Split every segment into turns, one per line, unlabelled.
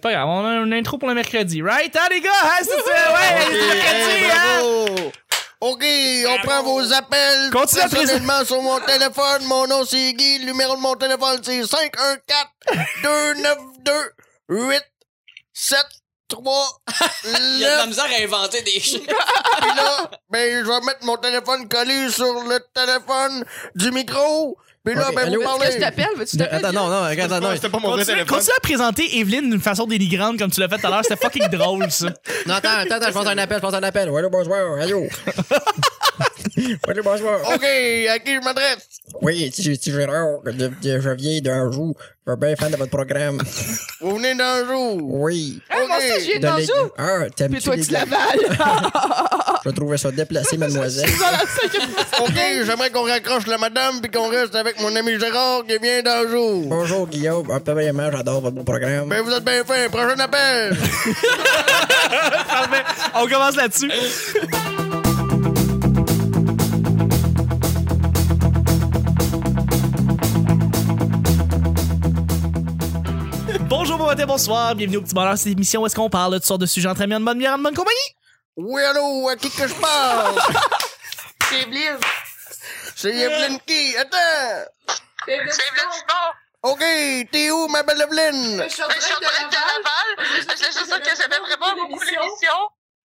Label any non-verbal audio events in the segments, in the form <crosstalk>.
Pas grave, on a une intro pour le mercredi, right? Ah, les gars, hein, c'est ça, ouais,
Ok,
c'est mercredi,
hey,
hein?
bravo. OK, on prend vos appels.
Continue à
Personnellement, sur mon téléphone, mon nom c'est Guy, le numéro de mon téléphone c'est 514 292 8 7 3
Il y a de la
9.
misère à inventer des chiffres.
Puis là, ben, je vais mettre mon téléphone collé sur le téléphone du micro. Puis là,
Ok,
ben,
allô?
vous
Est-ce
parlez.
que je t'appelle? Veux-tu
De-
t'appeler?
attends, non, non, regarde, attends, non.
C'était pas mon vrai
Continue,
téléphone.
continue à présenter Evelyne d'une façon dénigrante comme tu l'as fait tout à l'heure, c'était fucking drôle, ça.
Non, attends, attends, attends, je pense à un appel, je pense à un appel. Allô, bonsoir, allô.
<laughs>
Allô, bonsoir.
OK, à qui je m'adresse?
Oui, c'est c'est Gérard, de, de, je viens d'un jour. Je suis bien fan de votre programme.
Vous venez d'un jour.
Oui.
Eh,
Ah, moi aussi,
Ok.
je viens
De
d'en
les-
jouer.
Ah,
Puis
t'aimes-tu
toi,
les
tu
gars?
l'avales.
Je trouvais
<laughs>
ça déplacé, mademoiselle.
OK, j'aimerais qu'on raccroche la madame puis qu'on reste avec mon ami Gérard qui vient d'un jour.
Bonjour, Guillaume. Ah, vraiment, j'adore votre programme.
Ben, vous êtes bien fin. Prochain appel.
Parfait. On commence là-dessus. Bonjour, bon matin, bonsoir, bienvenue au Petit Bonheur, cette émission où est-ce qu'on parle de toutes sortes de sujets entre amis, en bonne bière, en bonne compagnie.
Oui, allô, à qui que je parle?
C'est Blizz.
C'est Evelyne qui? Attends!
C'est Blizz.
C'est Evelyne Dupont.
OK, t'es où, ma belle Evelyne?
Je suis en
Je suis en train
train
de Laval. Je voulais juste dire que j'aimais vraiment beaucoup l'émission.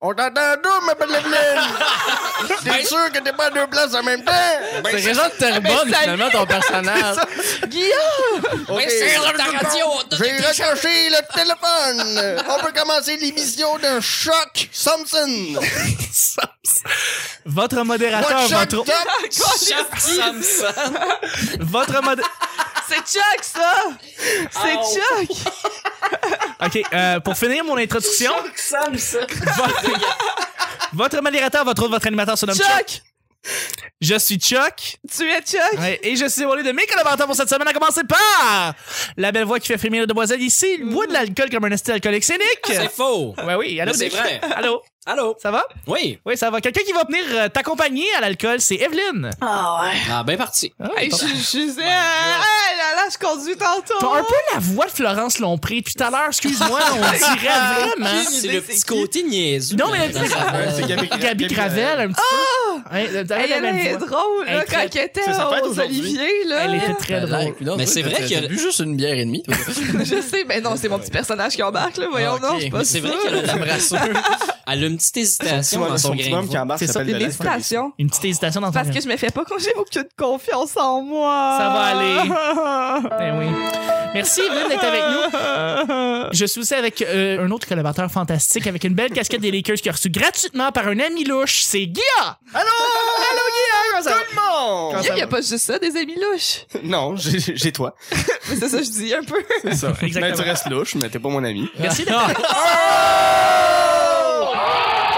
On t'entend d'où, ma belle Evelyne? T'es sûr que t'es pas à deux places en même temps?
C'est Régent de Terrebonne,
Ben, ça-
finalement, ton personnage.
de Guillaume!
OK,
Mais c'est sur ta radio.
J'ai recherché le téléphone! On peut commencer l'émission de Choc Samson!
Votre
What
modérateur,
Choc
votre,
Top?
Chaque Samson.
votre modé-
C'est Chuck, ça! C'est
Oh.
Chuck!
<laughs> OK, euh, pour finir mon introduction. Votre- <laughs> Votre modérateur, votre autre, votre animateur se nomme Chuck.
Chuck!
Je suis Chuck.
Tu es Chuck!
Ouais, et je suis évolué de mes collaborateurs pour cette semaine, à commencer par la belle voix qui fait frémir les demoiselles ici. Il boit de l'alcool comme un esti alcoolique scénique.
Ah, C'est faux.
Ouais, oui, allô.
Mais c'est
Nick.
vrai.
Allô,
Allô?
ça va?
Oui.
Oui, ça va. Quelqu'un qui va venir euh, t'accompagner à l'alcool, c'est Evelyne.
Ah ouais!
Ah, ben parti.
Ah,
Hey,
t'as-
je je sais. Hey, là, là, je conduis tantôt!
T'as un peu la voix de Florence Lompré depuis tout à l'heure, excuse-moi, on dirait vraiment.
Ah, C'est le petit côté niaisu.
Non, mais
Dans sa-
Euh,
C'est Gabi,
Gabi Gravel, un petit peu. Ouais, elle avait
Hey,
la
Oh! elle
même
est
voix.
drôle, là,
Elle est
quand elle
C'est sa
était
fête
aux
aujourd'hui.
Olivier, là.
Elle était très drôle.
Ben, Mais c'est vrai que-
J'ai bu juste une bière et demie.
<laughs>
toi.
Je sais, mais non, c'est mon petit personnage qui embarque, là. Voyons,
Ah, ok.
non, c'est
Mais
pas
c'est
ça.
vrai qu'elle a, elle a une petite hésitation dans son grain de voix.
C'est ça,
de
puis
Félicitations.
Une petite hésitation dans ton
Parce que je me fais pas quand j'ai aucune confiance en moi.
Ça va
<laughs> aller.
Ben oui. Merci Evelyne d'être avec nous. Je suis aussi avec euh, un autre collaborateur fantastique avec une belle casquette des Lakers qui a reçu gratuitement par un ami louche, c'est Guilla.
Allô!
Allô Guilla,
Tout le monde!
Il n'y a pas juste ça, des amis louches.
Non, j'ai j'ai toi.
Mais c'est ça, que je dis un peu.
C'est ça. Mais
Exactement.
tu restes louche, mais t'es pas mon ami.
Merci d'être avec Oh!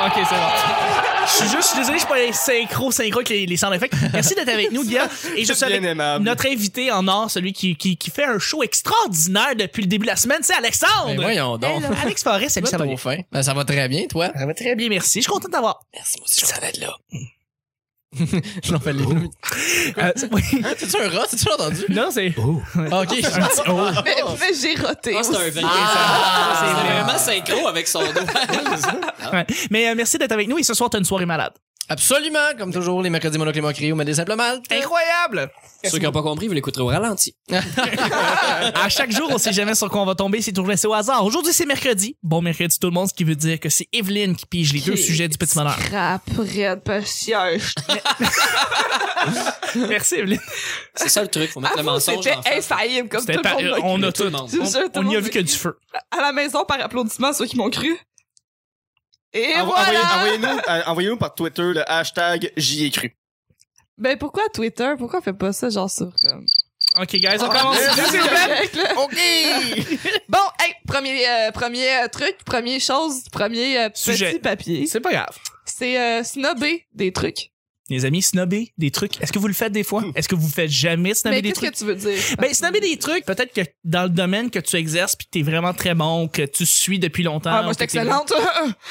OK, c'est bon. Je suis juste je suis désolé, je suis pas les synchro synchro avec les, les sound effects. Merci d'être avec nous Guilla et je suis
Bien
avec
aimable.
notre invité en or, celui qui, qui, qui fait un show extraordinaire depuis le début de la semaine, c'est Alexandre.
Ben, voyons donc.
Hey, là, Alex Forest, salut, ça va bien.
Trop fin. Ben, ça va très bien, toi?
Ça va très bien, merci. Je suis content d'avoir.
Merci, moi aussi, je voulais être là. J'en fais les Hein, C'est-tu un rat? C'est-tu
<laughs>
entendu?
Euh, <laughs> non, c'est.
Ah, OK.
Un petit oh.
Mais, mais j'ai roté.
Ah, c'est un vrai.
Ah,
c'est
c'est vrai.
vraiment synchro avec son doigt.
Ouais. Mais euh, merci d'être avec nous et ce soir, t'as une soirée malade.
Absolument, comme toujours, les mercredis monoclément créés, on met des simples mal.
Incroyable!
Ceux qui n'ont pas compris, vous l'écouterez au ralenti.
À chaque jour, on sait jamais sur quoi on va tomber, c'est toujours laissé au hasard. Aujourd'hui, c'est mercredi. Bon mercredi tout le monde, ce qui veut dire que c'est Evelyne qui pige les deux sujets du petit bonheur.
Crap, raide, patience.
<laughs> Merci Evelyne.
C'est ça le truc, faut mettre le
Avoue,
mensonge
Ah, C'était
en face.
infaillible, comme tout
C'était
le
pas-
monde m'a
on
cru.
a
Tout
tout.
le monde.
Je vous jure, tout
On
le
n'y a
monde
vu que du feu.
À la maison, par applaudissement, ceux qui m'ont cru. Et
Envo-
voilà!
envoyez- Envoyez-nous euh, envoyez-nous par Twitter le hashtag J'y ai cru.
Ben pourquoi Twitter? Pourquoi on fait pas ça, genre sur comme...
Ok, guys, on commence.
C'est correct, là.
OK!
<laughs> Bon, hey, premier, euh, premier euh, truc, première chose, premier euh,
Sujet.
petit papier.
C'est pas grave.
C'est euh, snobber des trucs.
les amis, snobber des trucs. Est-ce que vous le faites des fois? Est-ce que vous faites jamais snobber
Mais
des
qu'est-ce
trucs?
que tu veux dire?
Ben, snobber des trucs, peut-être que dans le domaine que tu exerces puis que t'es vraiment très bon, que tu suis depuis longtemps.
Ah, moi,
que
c'est
t'es-
excellente. <laughs>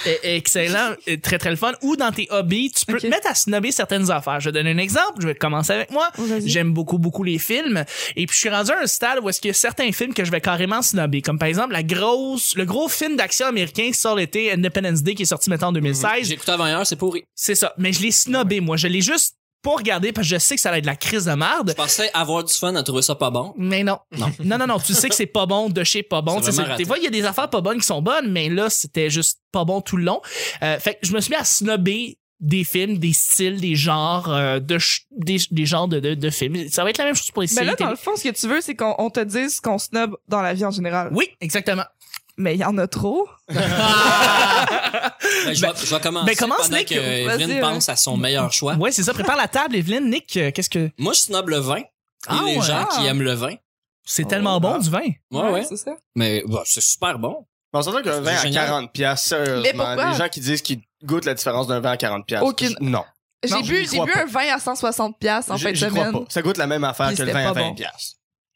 Eh, <laughs> eh, Excellent, eh, très très le fun. Ou dans tes hobbies, tu peux te
Ok.
mettre à snobber certaines affaires. Je vais donner un exemple, je vais commencer avec moi.
Ben,
J'aime beaucoup, beaucoup les films. Et puis, je suis rendu à un stade où est-ce qu'il y a certains films que je vais carrément snobber. Comme par exemple, la grosse, le gros film d'action américain qui sort l'été, Independence Day, qui est sorti maintenant en 2016.
J'ai écouté avant hier, c'est pourri.
C'est ça. Mais je l'ai snobé, moi. Je l'ai juste pas regardé parce que je sais que ça allait être de la crise de merde.
Je pensais avoir du fun à trouver ça pas bon.
Mais non.
Non.
non, non, non. Tu sais que c'est pas bon de chez pas bon.
C'est
Tu sais,
vraiment
c'est- Tu
raté.
vois, il y a des affaires pas bonnes qui sont bonnes, mais là, c'était juste pas bon tout le long. Euh, fait que je me suis mis à snobber des films, des styles, des genres, euh, de ch- des, des genres de, de, de films. Ça va être la même chose pour les
Mais
séries.
Ben là, dans
télé.
le fond, ce que tu veux, c'est qu'on on te dise ce qu'on snob dans la vie en général.
Oui, <laughs> exactement.
Mais il y en a trop.
Ah!
Ben, je, vais, je vais commencer
ben, commence,
pendant
Nick.
que Evelyne
Vas-y, ouais.
pense à son meilleur choix.
Ah! Ouais, c'est ça. Prépare la table, Evelyne. Nick, euh, qu'est-ce que.
Moi, je snob le vin. Et
Ah,
les
ouais.
gens qui aiment le vin.
C'est
Oh,
tellement bon
ah.
du vin.
Ouais, ouais.
C'est ça.
Mais bah, c'est super bon.
Mais on s'entend qu'un
C'est
vin à
génial.
40 piastres,
Mais
sérieusement.
pourquoi?
Les gens qui disent qu'ils goûtent la différence d'un vin à 40 piastres.
Aucune-
Non.
J'ai
Non, j'y
bu, j'ai
crois
bu
pas.
un vin à 160$ piastres en
J'y-
fin de
j'y crois
semaine.
pas. Ça goûte la même affaire
Puis
que le
c'était
vin à
pas
20
bon.
piastres.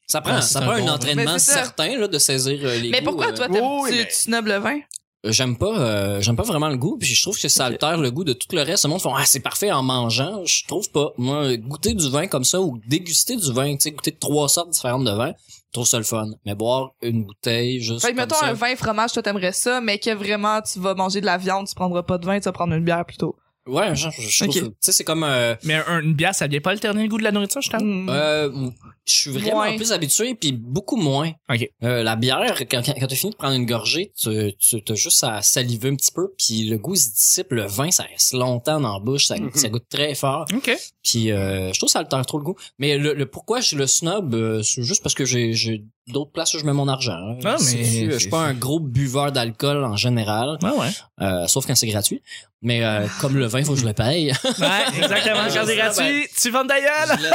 Ça prend,
Ah, c'est
ça
un
prend un
bon vin.
entraînement
Mais Ben, c'est ça.
certain là, de saisir euh, les
Mais
goûts,
pourquoi
euh,
toi, t'aimes-
Oui,
tu,
mais-
tu snobes le vin?
J'aime pas, euh, j'aime pas vraiment le goût, puis je trouve que ça altère le goût de tout le reste. Le monde font ah c'est parfait en mangeant, je trouve pas. Moi, goûter du vin comme ça ou déguster du vin, tu sais, goûter trois sortes différentes de vin, je trouve ça le fun. Mais boire une bouteille juste
Fait que
comme
mettons
ça.
un vin fromage, toi t'aimerais ça, mais que vraiment tu vas manger de la viande, tu prendras pas de vin, tu vas prendre une bière plutôt.
Ouais, genre, je, je trouve,
Ok.
que- tu sais, c'est comme euh,
Mais un- une bière, ça vient pas alterner le goût de la nourriture, je t'en.
Mm.
Euh, je suis vraiment
Moins.
plus habitué puis beaucoup moins.
Ok.
Euh, la bière, quand, quand, quand t'as fini de prendre une gorgée, tu, tu as juste à saliver un petit peu puis le goût se dissipe. Le vin, ça reste longtemps dans la bouche, ça,
Mm-hmm.
ça goûte très fort.
Mm. OK.
Puis euh, je trouve que ça altère trop le goût. Mais le, le pourquoi je le snob, euh, c'est juste parce que j'ai j'ai d'autres places où je mets mon argent. hein.
Ah,
C'est-
mais
c'est- je
c'est-
suis pas un gros buveur d'alcool en général,
Ouais, ouais.
euh, sauf quand c'est gratuit. Mais
Ah.
euh, comme le vin, faut que je le
<laughs>
paye.
Ouais, <laughs> exactement. Quand c'est
Je sais,
gratuit, tu vends ta gueule.
Je laisse-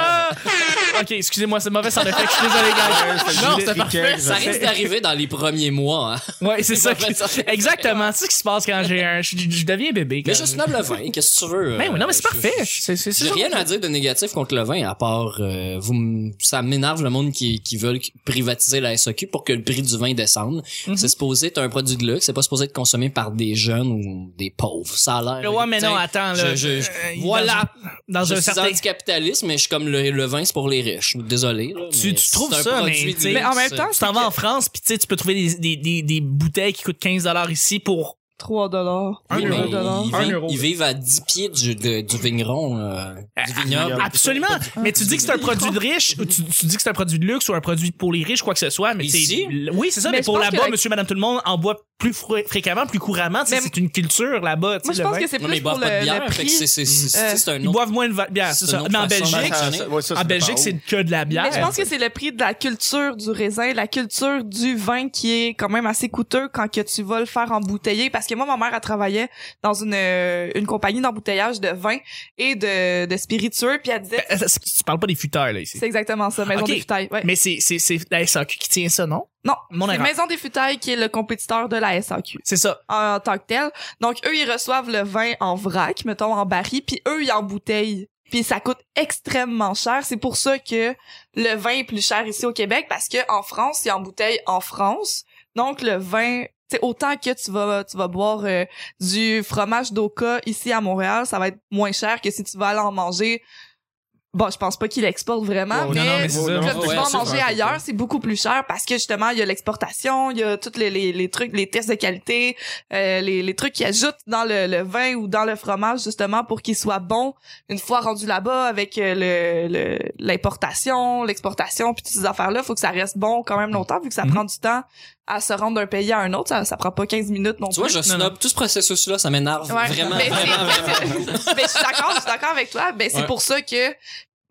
<laughs> ok, excusez-moi, c'est mauvais sans effet. Je suis désolé, gars.
Non, c'est parfait.
ça risque d'arriver dans les premiers mois. hein.
Ouais, c'est <laughs> ça.
mauvais
qui-
sans effet.
Exactement. C'est ce qui se passe quand j'ai un. Je, je deviens bébé.
Mais
quand-
je snob le vin, qu'est-ce que tu veux? euh,
Ben oui, non, mais c'est
je-
parfait.
je-
C'est c'est- c'est
J'ai
ça.
rien à dire de négatif contre le vin, à part euh, vous, m- ça m'énerve le monde qui, qui veulent privatiser la SAQ pour que le prix du vin descende.
Mhm.
C'est supposé être un produit de luxe, c'est pas supposé être consommé par des jeunes ou des pauvres. Ça a l'air.
Ouais, mais
tu sais,
non, attends, là.
je- je- je-
Euh,
voilà.
Dans un, dans
Je
un
suis
certain.
anti-capitaliste, mais je suis comme le, le vin, c'est pour les riches. Désolé. là,
Tu-
mais
tu
c'est
trouves
un
ça, mais
produit de
tu sais-
luxe.
Mais en même temps,
Tu t'en vas en France, puis tu sais, tu peux trouver des, des, des, des bouteilles qui coûtent 15 ici pour.
3 dollars.
Un
Oui,
euro.
mais
deux dollars.
ils,
Un
vivent-
euro.
ils vivent à 10 pieds du, de- du vigneron, euh, du vignoble.
Absolument. Mais tu dis que c'est un produit de riche, ou tu, tu dis que c'est un produit de luxe ou un produit pour les riches, quoi que ce soit, mais c'est-
Ici?
Oui, c'est ça, mais,
Mais je
pour
pense
là-bas,
que-
monsieur, madame, tout le monde en boit plus fré- fréquemment, plus couramment. tu sais,
Mais-
C'est une culture là-bas. tu
Moi
sais,
je
le
pense
vin.
que c'est
Non, mais
plus
ils boivent
pour
pas de
le, le
bière, fait que c'est-
prix.
c'est c'est-
Euh,
c'est un
Ils
autre
boivent moins de va- bière, c'est
C'est
ça.
une autre
Mais en
façon de
Belgique,
faire.
en Belgique, Ah, ben, c'est que de la bière.
Mais je pense que c'est le prix de la culture du raisin, la culture du vin qui est quand même assez coûteux quand que tu vas le faire embouteiller. Parce que moi, ma mère, elle travaillait dans une, euh, une compagnie d'embouteillage de vin et de, de spiritueux, puis elle disait,
Euh, ça, Tu parles pas des futeurs, là, ici.
c'est exactement ça, Maison
Ok.
des Futailles. Ouais.
Mais c'est c'est- c'est la SAQ qui tient ça, non?
Non,
Mon
c'est
erreur.
Maison des Futailles qui est le compétiteur de la SAQ
C'est ça.
en, en tant que tel. Donc, eux, ils reçoivent le vin en vrac, mettons, en baril, puis eux, ils embouteillent. Puis ça coûte extrêmement cher. C'est pour ça que le vin est plus cher ici au Québec, parce que en France, ils embouteillent en France. Donc, le vin... c'est autant que tu vas tu vas boire euh, du fromage d'Oka ici à Montréal, ça va être moins cher que si tu vas aller en manger. Bon, je pense pas qu'il exporte vraiment,
Oh, non, non, mais c'est ça.
Là,
Ah
tu
ouais,
vas en
c'est
manger
vrai.
ailleurs, c'est beaucoup plus cher parce que justement, il y a l'exportation, il y a tous les, les, les trucs, les tests de qualité, euh, les, les trucs qui ajoutent dans le, le vin ou dans le fromage justement pour qu'il soit bon une fois rendu là-bas avec euh, le le- l'importation, l'exportation, puis toutes ces affaires-là. faut que ça reste bon quand même longtemps vu que ça
Mhm.
prend du temps à se rendre d'un pays à un autre. Ça, ça prend pas 15 minutes non
Tu vois,
plus.
je snob
non.
tout ce processus-là, ça m'énerve
Ouais.
vraiment,
Mais c'est-
vraiment, vraiment.
Ben, je suis d'accord, je suis d'accord avec toi. Ben, c'est
Ouais.
pour ça que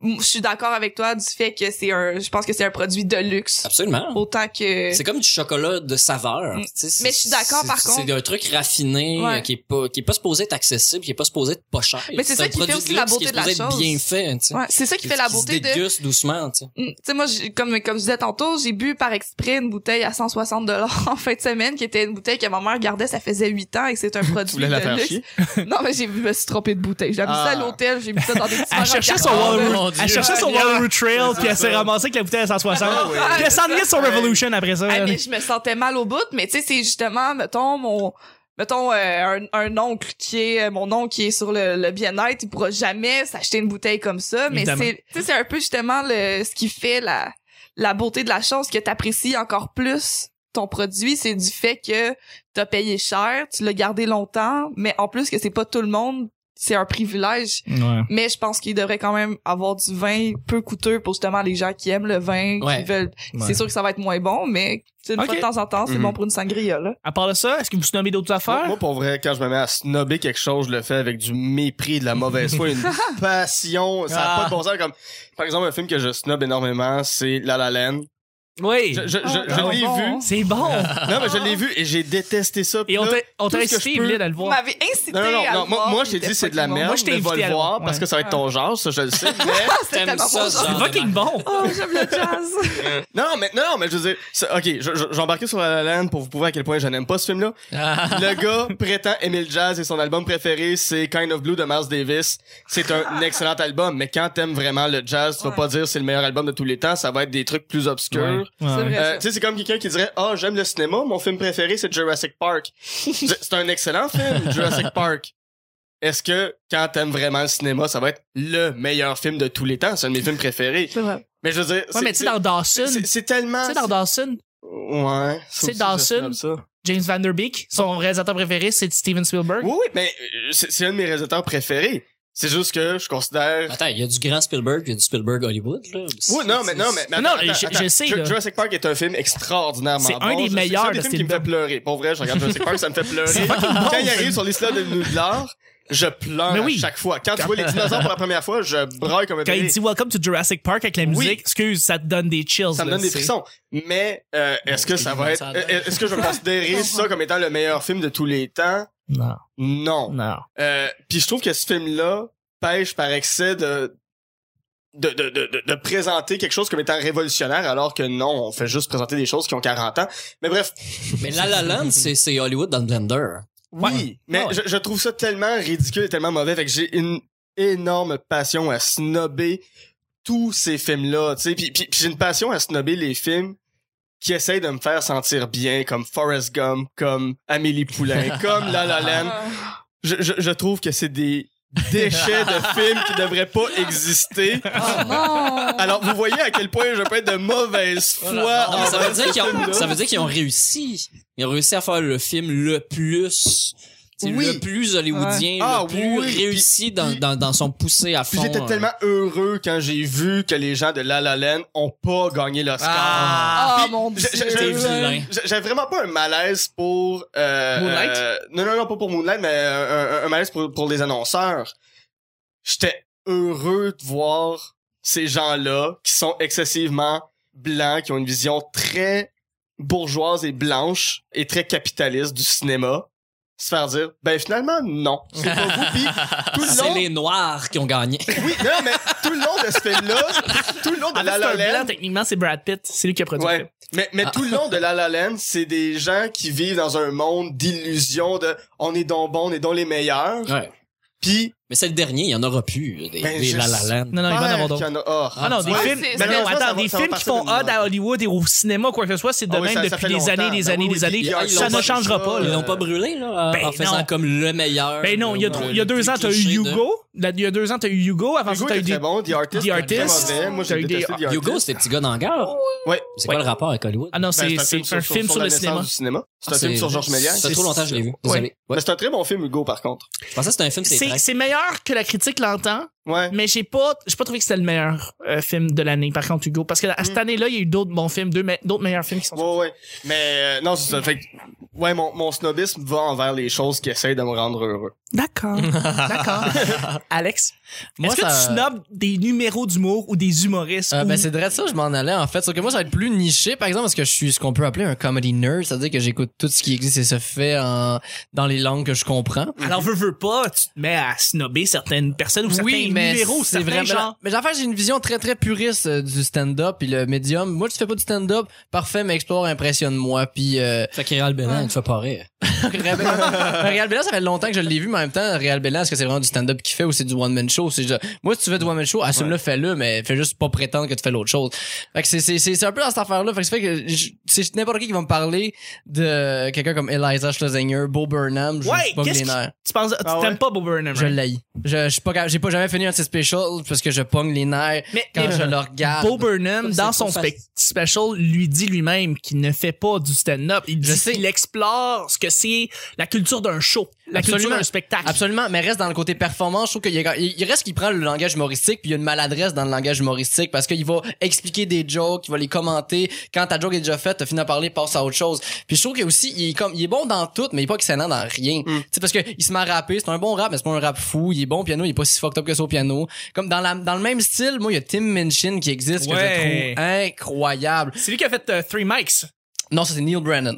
m- je suis d'accord avec toi du fait que c'est un, je pense que c'est un produit de luxe.
Absolument.
Autant que.
C'est comme du chocolat de saveur.
Mm.
tu sais, c'est-
Mais je suis d'accord,
c'est-
par contre.
C'est un truc raffiné
Ouais.
euh, qui est pas qui est pas supposé être accessible, qui est pas supposé être pas cher.
Mais c'est ça
un
qui fait
produit
aussi la
luxe qui
beauté
est
de la
supposé être
chose.
bien fait, tu sais.
Ouais, c'est ça qui fait la beauté de.
se déguste doucement, tu sais.
Mm, Tu sais, moi, j'ai- comme, comme je disais tantôt, j'ai bu par exprès une bouteille à 160 dollars <laughs> en fin de semaine, qui était une bouteille que ma mère gardait, ça faisait 8 ans et que c'est un produit
voulais
de
la faire
luxe.
chier?
<laughs> Non, mais j'ai je me suis trompée de bouteille. J'ai mis ça à
Ah.
l'hôtel, j'ai mis ça dans des petits
Elle
verres en
cherchait son
carton,
Oh,
là.
Walrus
mon Dieu.
elle cherchait son Walrus Trail, puis elle s'est ramassée avec la bouteille à 160.
Ah
Puis elle s'en est sur Revolution après ça.
Ah,
elle.
mais je me sentais mal au bout, mais tu sais, c'est justement, mettons, mon, mettons, euh, un, un oncle qui est, euh, mon oncle qui est sur le, le bien-être, il pourra jamais s'acheter une bouteille comme ça, mais
Évidemment.
c'est, tu sais, c'est un peu justement le, ce qui fait la, la beauté de la chose, que t'apprécies encore plus ton produit, c'est du fait que t'as payé cher, tu l'as gardé longtemps, mais en plus que c'est pas tout le monde, c'est un privilège.
Ouais.
Mais je pense qu'il devrait quand même avoir du vin peu coûteux pour justement les gens qui aiment le vin,
Ouais.
qui veulent.
Ouais.
C'est sûr que ça va être moins bon, mais tu sais, une
Ok.
fois de temps en temps, c'est
Mhm.
bon pour une sangria là.
À part de ça, est-ce que vous nommez d'autres
Moi,
affaires?
moi, pour vrai, quand je me mets à snobber quelque chose, je le fais avec du mépris, de la
<laughs>
mauvaise foi, une passion. Ça n'a
Ah.
pas de bon sens. Comme, par exemple, un film que je snob énormément, c'est La La Land.
oui.
Je, je, je,
Ah,
je
ah,
l'ai
<laughs> bon,
vu.
hein.
C'est bon.
Non, mais je l'ai vu et j'ai détesté ça. Puis
Et on
là-
t'a- on t'a
tout ce que
incité,
je peux-
Evelyn, à le
Vous
voir.
m'avez incité
Non, non, non,
à
non,
le
Moi,
voir,
moi,
il
je t'ai
était
dit, c'est de la
fucking bon.
merde.
Moi, je t'ai
mais va
invité à
le
le
voir
voir,
parce
ouais.
que ça va être ton genre, ça, je le sais. Mais
C'était
T'aimes
tellement
ça,
bon, genre.
genre.
C'est fucking bon.
Oh, j'aime le jazz.
Non, mais non, mais je veux dire, c'est- ok, je- je- j'ai embarqué sur La La Land pour vous prouver à quel point je n'aime pas ce film-là.
<laughs>
Le gars prétend aimer le jazz et son album préféré c'est Kind of Blue de Miles Davis. C'est
<laughs>
un excellent album, mais quand t'aimes vraiment le jazz, tu vas
Ouais.
pas dire c'est le meilleur album de tous les temps, ça va être des trucs plus obscurs.
C'est
Ouais.
vrai.
Euh, tu sais, c'est comme quelqu'un qui dirait Ah, j'aime le cinéma, mon film préféré c'est Jurassic
<laughs>
Park. c'est un excellent film, Jurassic Park. Est-ce que quand t'aimes vraiment le cinéma, ça va être le meilleur film de tous les temps? C'est un de mes films préférés.
C'est vrai.
Mais je veux dire,
Ouais,
c'est-
mais tu sais,
c'est-
dans Dawson,
c'est
tu
c'est tellement.
sais, dans Dawson,
Ouais.
C'est
ça aussi, je
Dawson.
snob ça.
James Van Der Beek, son réalisateur préféré, c'est Steven Spielberg.
Ah. Oui, oui, mais euh, c'est c'est un de mes réalisateurs préférés. C'est juste que je
Bah,
considère.
Attends, il y a du grand Spielberg, il y a du Spielberg Hollywood là.
Oui, non, mais non, mais. mais
Non,
attends,
je-
attends,
je
attends.
sais,
Ju-
là.
Jurassic Park est un film extraordinairement
C'est
bon.
un des
Je-
meilleurs
C'est un des
de
films qui me fait
Spielberg.
pleurer. Pour vrai, je regarde Jurassic Park, ça me fait pleurer. Quand il arrive sur les slats de Noudlard, je pleure
Mais oui.
à chaque fois. Quand tu vois les dinosaures pour la première fois, je braille comme un
Quand il
bébé.
dit Welcome to Jurassic Park avec la
Oui.
musique, excuse, ça te donne des chills.
Ça me
là,
donne des
c'est-
frissons. Mais euh, est-ce que ça va être.
ça donne.
euh, Est-ce que je vais considérer ça comme étant le meilleur film de tous les temps?
Non,
Non.
non.
Euh, puis je trouve que ce film-là pêche par excès de de, de, de, de- de présenter quelque chose comme étant révolutionnaire alors que non, on fait juste présenter des choses qui ont 40 ans. Mais bref,
Mais La La Land, c'est c'est Hollywood dans le blender.
oui, mais
Ouais.
Je, je trouve ça tellement ridicule et tellement mauvais, fait que j'ai une énorme passion à snobber tous ces films-là, tu sais, puis, puis- puis j'ai une passion à snobber les films qui essayent de me faire sentir bien, comme Forrest Gump, comme Amélie
<laughs>
Poulain, comme La La Land, je, je, je trouve que c'est des déchets
<laughs>
de films qui devraient pas exister.
Ah.
<laughs>
non.
Alors, vous voyez à quel point je peux être de mauvaise
Oh
foi.
Non, mais ça
envers
veut dire
ce
qu'ils ont,
film-là.
ça veut dire qu'ils ont réussi. Ils ont réussi à faire le film le plus, tu sais,
Oui.
le plus hollywoodien, le
Ah,
plus
oui.
réussi
Puis-
dans,
puis-
dans, dans son poussé à
Puis
fond.
j'étais
euh,
tellement heureux quand j'ai vu que les gens de La La Land ont pas gagné l'Oscar.
Ah
Puis
mon dieu.
j'ai- j'ai-
T'es
j'ai-
vilain.
j'ai- J'ai vraiment pas un malaise pour... euh,
Moonlight?
euh, non, non, non, pas pour Moonlight, mais euh, un, un malaise pour, pour les annonceurs. J'étais heureux de voir ces gens-là qui sont excessivement blancs, qui ont une vision très bourgeoise et blanche et très capitaliste du cinéma se faire dire ben finalement non c'est pas vous Puis tout le
<laughs> Ah, C'est
long
les Noirs qui
<laughs>
ont gagné.
oui non mais tout le long de ce film là tout le long de
En fait,
la
Ah, c'est un
La
blanc,
Land,
techniquement, c'est Brad Pitt. C'est lui qui a produit le film.
Ouais. Mais,
Ah.
mais tout le long de La La Land, c'est des gens qui vivent dans un monde d'illusions de on est donc bon, on est donc les meilleurs.
Ouais.
Puis
Mais c'est le dernier, il y en aura plus, euh, des,
Ben,
des
je
La La
sais.
Land.
Non, non, il va en avoir
qu'il y
d'autres.
en a- oh.
Ah non, des
Ouais,
films,
c'est-
ben non,
malheureusement, ça
attends,
va-
des
ça va
films qui
partir
font
de
odd
Moonlight.
à Hollywood et au cinéma, quoi que ce soit, c'est de
Ah oui,
même
ça- ça
depuis
fait
des
longtemps.
années, des
Ben
années,
oui,
des années.
puis ils
Ça
l'ont
ne
pas
changera
fait
pas,
ça,
Ils
là.
l'ont pas brûlé, là, en-
euh, Ben
en faisant
non.
comme le meilleur.
Ben non, il y a,
euh,
trois- il y a
le
deux
plus
ans, t'as eu
cliché de-
Hugo. Là, Il y a deux ans, t'as eu Hugo. Avant ça,
Hugo
t'as
était
eu des...
très bon, The Artist,
The Artist.
était très mauvais. Moi,
T'as
j'ai
eu
détesté
des-
The Artist.
Hugo, c'était petit gars dans la gare.
Ouais.
C'est quoi le rapport avec Hollywood? Ah,
Ah non,
Ben,
c'est c'est un film sur
la
le cinéma. Ah,
naissance du cinéma. C'est un film sur Georges Méliès.
Ça fait trop longtemps que je l'ai vu.
Ouais.
Désolé. Ouais.
Mais c'est un très bon film, Hugo, par contre.
Je pensais que c'était un film, c'est
C'est
trash.
c'est meilleur que la critique l'entend,
Ouais.
mais j'ai pas j'ai pas trouvé que c'était le meilleur euh, film de l'année par contre Hugo parce que à cette
Mm.
année-là, il y a eu d'autres bons films, deux me- d'autres meilleurs films qui sont
Ouais, ouais. Mais euh, non, c'est ça. Fait que Ouais, mon, mon snobisme va envers les choses qui essayent de me rendre heureux.
D'accord.
<laughs>
D'accord. Alex, est-ce que tu snobs des numéros d'humour ou des humoristes?
Euh,
ou-
ben c'est vrai ça, je m'en allais en fait. Sauf que moi, ça va être plus niché, par exemple, parce que je suis ce qu'on peut appeler un comedy nerd, c'est-à-dire que j'écoute tout ce qui existe et se fait en- dans les langues que je comprends.
<laughs> Alors, veux, veux pas, tu te mets à snobber certaines personnes ou certains numéros,
c'est
certains
vraiment.
genres.
Mais en fait, j'ai une vision très très puriste euh, du stand-up puis le médium. Moi, tu fais pas du stand-up, parfait, mais explore, impressionne-moi. Puis euh,
Fait que Réal Bellin, il te fait pas rire.
<laughs> Réal Bellan- Réal Bellan, ça fait longtemps que je l'ai vu, mais en même temps, Réal Bellan, est-ce que c'est vraiment du stand-up qu'il fait ou c'est du one-man show? C'est juste- moi, si tu fais du one-man show, assume-le, fais-le, mais fais juste pas prétendre que tu fais l'autre chose. Fait que c'est, c'est, c'est, c'est un peu dans cette affaire-là. Fait que ça fait que je- c'est n'importe qui qui va me parler de quelqu'un comme Eliza Schlesinger, Bo Burnham, je
Ouais,
suis pas
qu'est-ce
les
qui-
nerfs.
Tu penses, tu
Ah ouais?
t'aimes pas Bob Burnham, hein?
Je
right?
l'ai. Je, je suis pas, capable- j'ai pas jamais fini un de ses specials parce que je pogne les nerfs
Mais,
quand
mais
je le
<laughs>
regarde.
Bo Burnham,
Comme
dans
c'est
son
trop
spec- special, lui dit lui-même qu'il ne fait pas du stand-up. Il
Je
dit
sais.
qu'il explore ce que c'est la culture d'un show, la
Absolument.
culture d'un spectacle.
Absolument, mais reste dans le côté performance. Je trouve qu'il y a- il reste qu'il prend le langage humoristique, puis il y a une maladresse dans le langage humoristique parce qu'il va expliquer des jokes, il va les commenter. Quand ta joke est déjà faite, t'as fini par parler, passe à autre chose. Puis je trouve que aussi, il est comme, il est bon dans tout, mais il est pas excellent dans rien. Tu sais, parce que il se met à rapper, c'est un bon rap, mais c'est pas un rap fou. Il est bon au piano, il est pas si fucked up que ça au piano. Comme dans la, dans le même style, moi, il y a Tim Minchin qui existe
Ouais.
que je trouve incroyable.
C'est lui qui a fait euh, Three Mics.
Non, ça c'est Neil Brennan.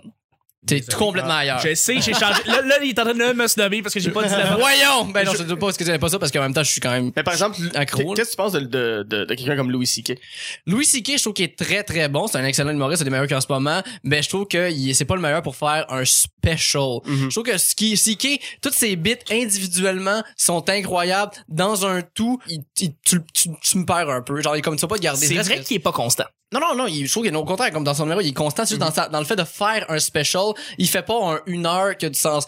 T'es complètement ailleurs.
Je sais, Ah, j'ai changé. là, là, il est en train de me snobber parce que j'ai pas
<laughs>
dit la
Voyons! Ben non, je te dis pas ce que j'aimais pas ça parce qu'en même temps, je suis quand même
Mais par exemple,
Accro, là.
qu'est-ce que tu penses de, de, de, de quelqu'un comme Louis C.K.?
Louis C.K., je trouve qu'il est très très bon. C'est un excellent humoriste, c'est des meilleurs qu'en ce moment. Mais je trouve que il- c'est pas le meilleur pour faire un special.
Mhm.
Je trouve que ce qui- C.K., toutes ses bits individuellement sont incroyables. Dans un tout, il- il- tu, tu- tu me perds un peu. Genre, il est comme tu vas pas de garder.
C'est
Reste
vrai
que-
qu'il est pas constant.
Non, non, non, il- je trouve qu'il est au contraire, comme dans son numéro, il est constant, c'est juste dans, sa- dans le fait de faire un special, il fait pas un une heure qui a du sens.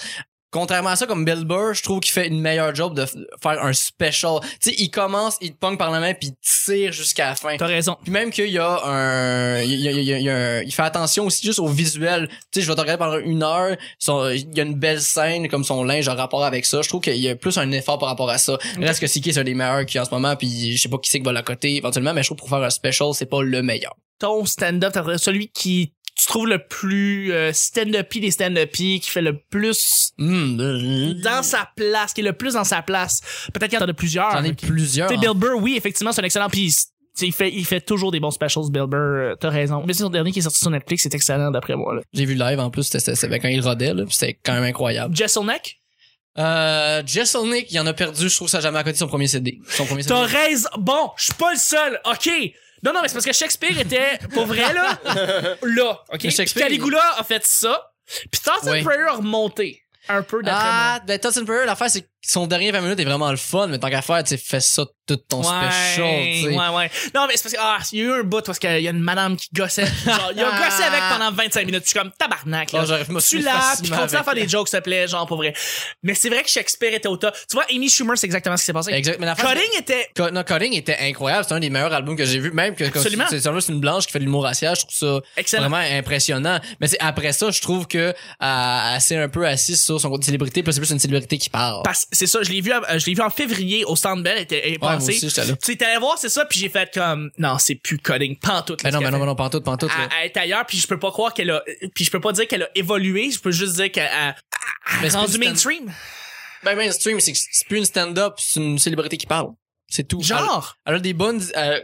Contrairement à ça, comme Bill Burr, je trouve qu'il fait une meilleure job de f- faire un special. Tu sais, il commence, il te pogne par la main, puis il tire jusqu'à la fin.
T'as raison.
Puis même qu'il y a un, il, y a- il y a- il y a un- il fait attention aussi juste au visuel. Tu sais, je vais te regarder pendant une heure. son- il y a une belle scène comme son linge en rapport avec ça. Je trouve qu'il y a plus un effort par rapport à ça. Reste que Siki c'est un des meilleurs qui en ce moment. Puis je sais pas qui c'est qui va la côté éventuellement, mais je trouve pour faire un special, c'est pas le meilleur.
ton stand-up, t'as- celui qui tu trouves le plus euh, stand-upy des stand-upy, qui fait le plus
Hmm, euh,
dans sa place, qui est le plus dans sa place. Peut-être qu'il y en a plusieurs.
J'en ai
Ok.
plusieurs.
Tu
en
sais, Bill Burr, oui, effectivement, c'est un excellent piece. Il fait, il fait toujours des bons specials, Bill Burr, euh, t'as raison. Mais c'est son dernier qui est sorti sur Netflix, c'est excellent d'après moi. Là.
J'ai vu le live en plus, c'était- c'était c'était quand il rodait, là, puis c'était quand même incroyable.
Jesselneck,
Euh, Jesselnick, il en a perdu, je trouve ça a jamais à côté de son premier CD. Son premier CD.
t'as raison. Bon, je suis pas le seul, ok. Non, non, mais c'est parce que Shakespeare était, pour vrai, là,
<laughs>
là, ok.
Mais Shakespeare,
Puis Caligula a fait ça, puis Thornton
Ouais.
Prayer a remonté un peu d'après moi.
Ah, ben Tyson Fury, l'affaire, c'est que son dernier 20 minutes est vraiment le fun, mais tant qu'à faire, tu sais, fais ça tout ton special, tu sais.
Ouais, ouais. Non, mais c'est parce que, ah, il y a eu un bout parce qu'il y a une madame qui gossait. Genre,
<laughs>
il a gossé avec pendant 25 minutes. Je suis comme tabarnak, là.
Oh, j'aurais- je me
tu
suis
l'as, puis continue
facilement
à
avec
faire des jokes, s'il te plaît, genre, pour vrai. Mais c'est vrai que Shakespeare était au top. Tu vois, Amy Schumer, c'est exactement ce qui s'est passé.
Exact, mais l'affaire,
Cutting était.
Co- non, Cutting était incroyable. C'est un des meilleurs albums que j'ai vu. Même que que
Absolument.
c'est c'est juste une blanche qui fait de l'humour racial. Je trouve ça
Excellent.
vraiment impressionnant. Mais c'est après ça, je trouve que euh, elle s'est un peu assise sur son côté célébrité. Puis là, c'est plus une célébrité qui parle.
parce- C'est ça, je l'ai vu, à- je l'ai vu en février au Centre Bell, elle était elle est
moi
passée.
aussi, j'étais là.
Tu sais, t'es allé voir, c'est ça, puis j'ai fait comme, non, c'est plus cutting, pantoute.
Mais
là, ce
Ah Ben non, mais
qu'elle
non,
fait.
mais non, pantoute, pantoute. là.
Elle elle est ailleurs, puis je peux pas croire qu'elle a, puis je peux pas dire qu'elle a évolué, je peux juste dire qu'elle a,
Mais c'est
rendu
plus une stand-
mainstream.
ah, Ben, mainstream, c'est que c'est plus une stand-up, c'est une célébrité qui parle. C'est tout.
Genre.
Elle, elle a des bonnes. euh,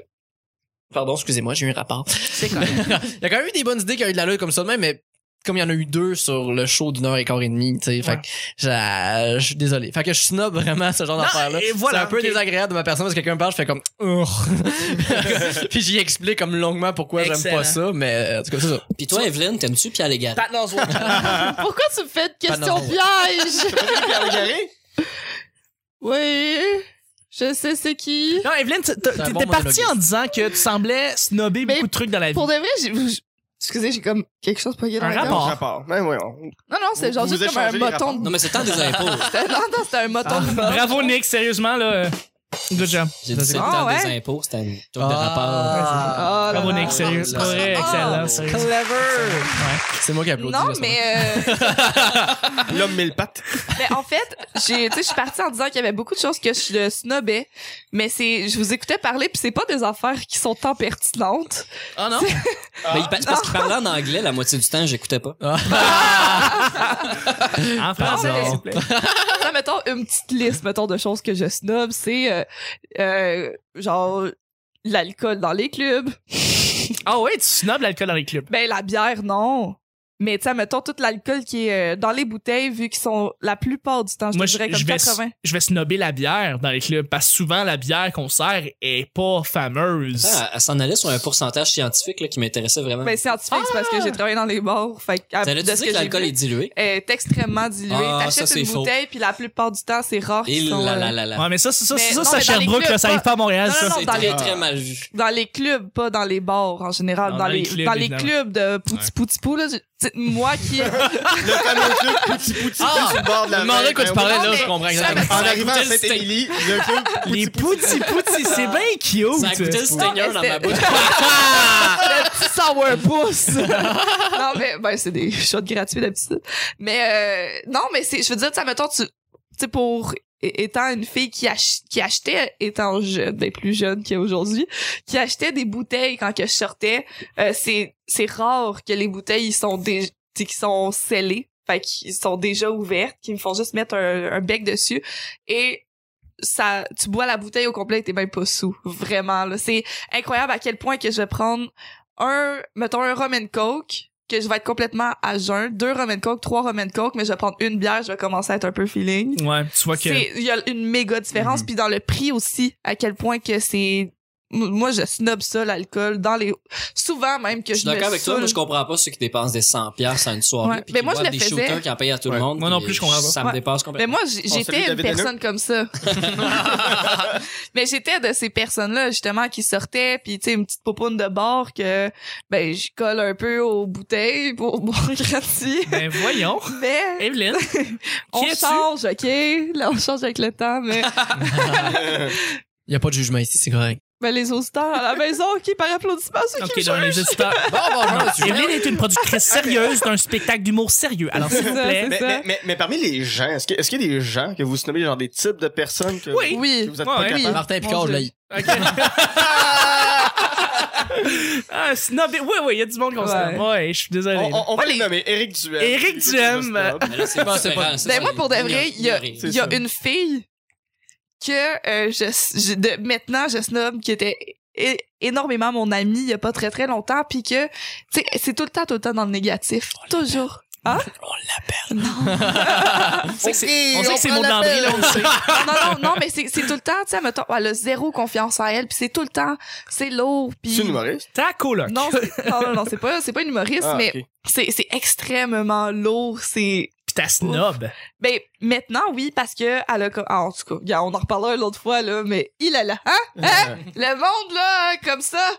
Pardon, excusez-moi, j'ai eu un rapport.
C'est quoi?
<laughs> Il y a quand même eu des bonnes idées qui ont eu de la lutte comme ça de même, mais comme il y en a eu deux sur le show d'une heure et quart et demie, tu sais, fait
Ouais.
que j'a- je suis désolé. Fait que je snob vraiment ce genre
Non,
d'affaire-là.
et voilà,
c'est un peu
ok.
désagréable de ma personne parce que quelqu'un me parle, je fais comme <laughs> Urgh. Puis j'y explique comme longuement pourquoi j'aime
Excellent.
pas ça, mais euh, en tout cas, c'est ça.
Puis toi, Evelyne, t'aimes-tu Pierre Légaré?
Pat Oswalt.
<laughs> Pourquoi tu me fais une question
Pas normal.
<laughs>
piège?
Pierre Légaré?
oui. Je sais c'est qui.
Non, Evelyne, t- t-
C'est un
t'étais
bon
partie
monologuiste.
en disant que tu semblais snobber
Mais
beaucoup de trucs dans la vie.
Pour de vrai, j'ai... j'ai- Excusez, j'ai comme quelque chose poigné dans
Un
la gorge.
rapport.
Rapport. Ben ouais, on-
Non, non, c'est
Vous-
genre
vous
juste comme un
échangez les
moton de...
Non, mais c'est le temps des impôts.
<laughs> C'était- Non, non, c'était un moton
Ah.
de...
Bravo, Nick, sérieusement, là. euh, Good job.
J'ai dit c'est le
Ah,
temps des
ouais.
impôts, c'était un joke de rapport.
Ah,
Ah, là,
Bravo,
là,
Nick,
là.
sérieux.
là,
C'est
là.
vrai,
Ah,
excellent.
oh.
sérieux.
Clever.
C'est moi qui applaudis.
Non,
là, c'est
mais... euh,
L'homme mille pattes.
Mais en fait, j'ai, tu sais, je suis partie en disant qu'il y avait beaucoup de choses que je le snobais, mais c'est, je vous écoutais parler puis c'est pas des affaires qui sont tant pertinentes.
Ah,
<laughs>
Ah.
Ben, il pa- c'est parce qu'il parlait en anglais la moitié du temps, j'écoutais pas.
bon.
En français,
Pardon.
s'il vous plaît.
Là, mettons une petite liste, mettons, de choses que je snob, c'est euh, euh, genre l'alcool dans les clubs.
Ah ouais, tu snobs l'alcool dans les clubs.
Ben, la bière, non. Mais, tu sais, mettons tout l'alcool qui est euh, dans les bouteilles, vu qu'ils sont la plupart du temps, je
Moi,
te
je,
dirais
je
comme
vais,
80.
je vais snobber la bière dans les clubs parce que souvent la bière qu'on sert est pas fameuse.
Attends, elle s'en allait sur un pourcentage scientifique là, qui m'intéressait vraiment.
Ben, scientifique, c'est parce que j'ai travaillé dans les bars. Fait que, à-
T'allais
de
dire
ce
que,
que j'ai
l'alcool
vu,
est dilué?
est extrêmement dilué.
Ah,
T'achètes
ça, c'est
une
faux.
bouteille, puis la plupart du temps, c'est rare
Et
qu'ils sont...
là
euh,
là là là.
Ouais, mais ça, c'est ça,
Mais
c'est
non,
ça, ça
mais dans les
Sherbrooke,
clubs,
là, ça arrive
pas-
pas à Montréal,
Non, non,
ça.
non,
C'est
dans
très,
les-
très mal vu.
dans les clubs, pas dans les bars en général,
Non,
dans, les, clubs, dans les clubs de pouti pouti pou là, je- tu sais, moi qui
Le fameux truc pouti pouti
Ah!
sur le bord de la
Je me demandais
mer,
de quoi
ben oui.
tu parlais
non,
là,
mais
je comprends
ça,
exactement.
En arrivant à
goûtait le
Saint-Émilie, le club
Les poutis poutis, c'est bien cute.
Ça a goûté le
Non, mais
seigneur dans ma
c'était-
bouche.
le petit
<laughs>
sourpuss. non mais ben c'est des shots gratuits d'habitude. Mais euh, non mais c'est je veux dire tu sais, mettons tu tu sais pour é- étant une fille qui ach- qui achetait étant jeune ben plus jeune qu'aujourd'hui qui achetait des bouteilles quand que je sortais euh, c'est c'est rare que les bouteilles ils sont déjà qui sont scellées fait qu'ils sont déjà ouvertes qu'ils me font juste mettre un, un bec dessus et ça tu bois la bouteille au complet et t'es même pas sous vraiment là c'est incroyable à quel point que je vais prendre un, mettons un rum and coke, que je vais être complètement à jeun, deux rum and coke, trois rum and coke, mais je vais prendre une bière, je vais commencer à être un peu feeling.
Ouais, tu vois que. Mhm.
C'est, il y a une méga différence, puis dans le prix aussi, à quel point que c'est, M- moi je snob ça l'alcool dans les, souvent même que <laughs> je,
Je suis
me
d'accord avec toi,
saoule.
moi je comprends pas ceux qui dépensent des 100 pièces à une soirée
Ouais.
puis
Mais
qui
moi, je
boivent
le
des
faisais.
shooters qui en payent à tout
Ouais.
le monde.
Moi non
puis
plus, je comprends pas.
Ça
Ouais.
me dépasse
Mais
complètement.
moi, j-
On salue
j'étais une
David
personne
Haneux.
comme
<laughs>
ça. mais j'étais de ces personnes-là, justement, qui sortaient, puis tu sais, une petite popoune de bord que, ben, je colle un peu aux bouteilles pour <laughs> boire gratuit.
Ben voyons.
Mais
Evelyne,
<laughs> on
qui es-tu?
change, OK? Là, on change avec le temps, mais
Euh,
Il y a pas de jugement ici, c'est correct.
ben, les auditeurs à la maison, OK, par applaudissement, ceux qui
Ok,
me
dans
jugent.
les
<laughs>
auditeurs.
Bon, bon,
Ah,
non, tu
Evelyne est une productrice sérieuse d'un spectacle d'humour sérieux. Alors, s'il vous
C'est ça,
plaît.
c'est
Mais, mais, mais, mais parmi les gens, est-ce que- est-ce qu'il y a des gens que vous snobez, genre des types de personnes que,
Oui.
que
Oui.
vous êtes
Ouais,
pas
oui.
capable?
Martin
Mon
Picard,
Dieu.
là,
Ok. <laughs> ah, snob. Oui, oui, il y a du monde qu'on
Ouais.
se Ouais, je suis désolé.
On, on- on va
Ouais,
les nommer Eric Duhem.
Éric Duhem.
Mais là, c'est
Bon, c'est
différent,
pas-
ça,
Ben,
c'est
moi, pour de vrai, il y a,
ignoré.
C'est
il y a
ça.
une fille que euh, je, je- de, maintenant je snob qui était é- énormément mon amie il y a pas très très longtemps puis que tu sais c'est tout le temps tout le temps dans le négatif toujours hein
sait que <laughs> c'est- on sait que c'est mon Landry, là, on le sait.
<laughs> non non non mais c'est c'est tout le temps tu sais mettons elle a zéro confiance en elle puis c'est tout le temps c'est lourd puis
C'est une humoriste.
Ta coloc.
non, c'est- non non non c'est pas c'est pas une humoriste
Ah,
mais
ok.
c'est c'est extrêmement lourd c'est
Pis ta snob.
Ben, maintenant, oui, parce que, elle a, co- ah, en tout cas, regarde, on en reparlera l'autre fois, là, mais il a là, hein? Hein? Le monde, là, hein, comme ça,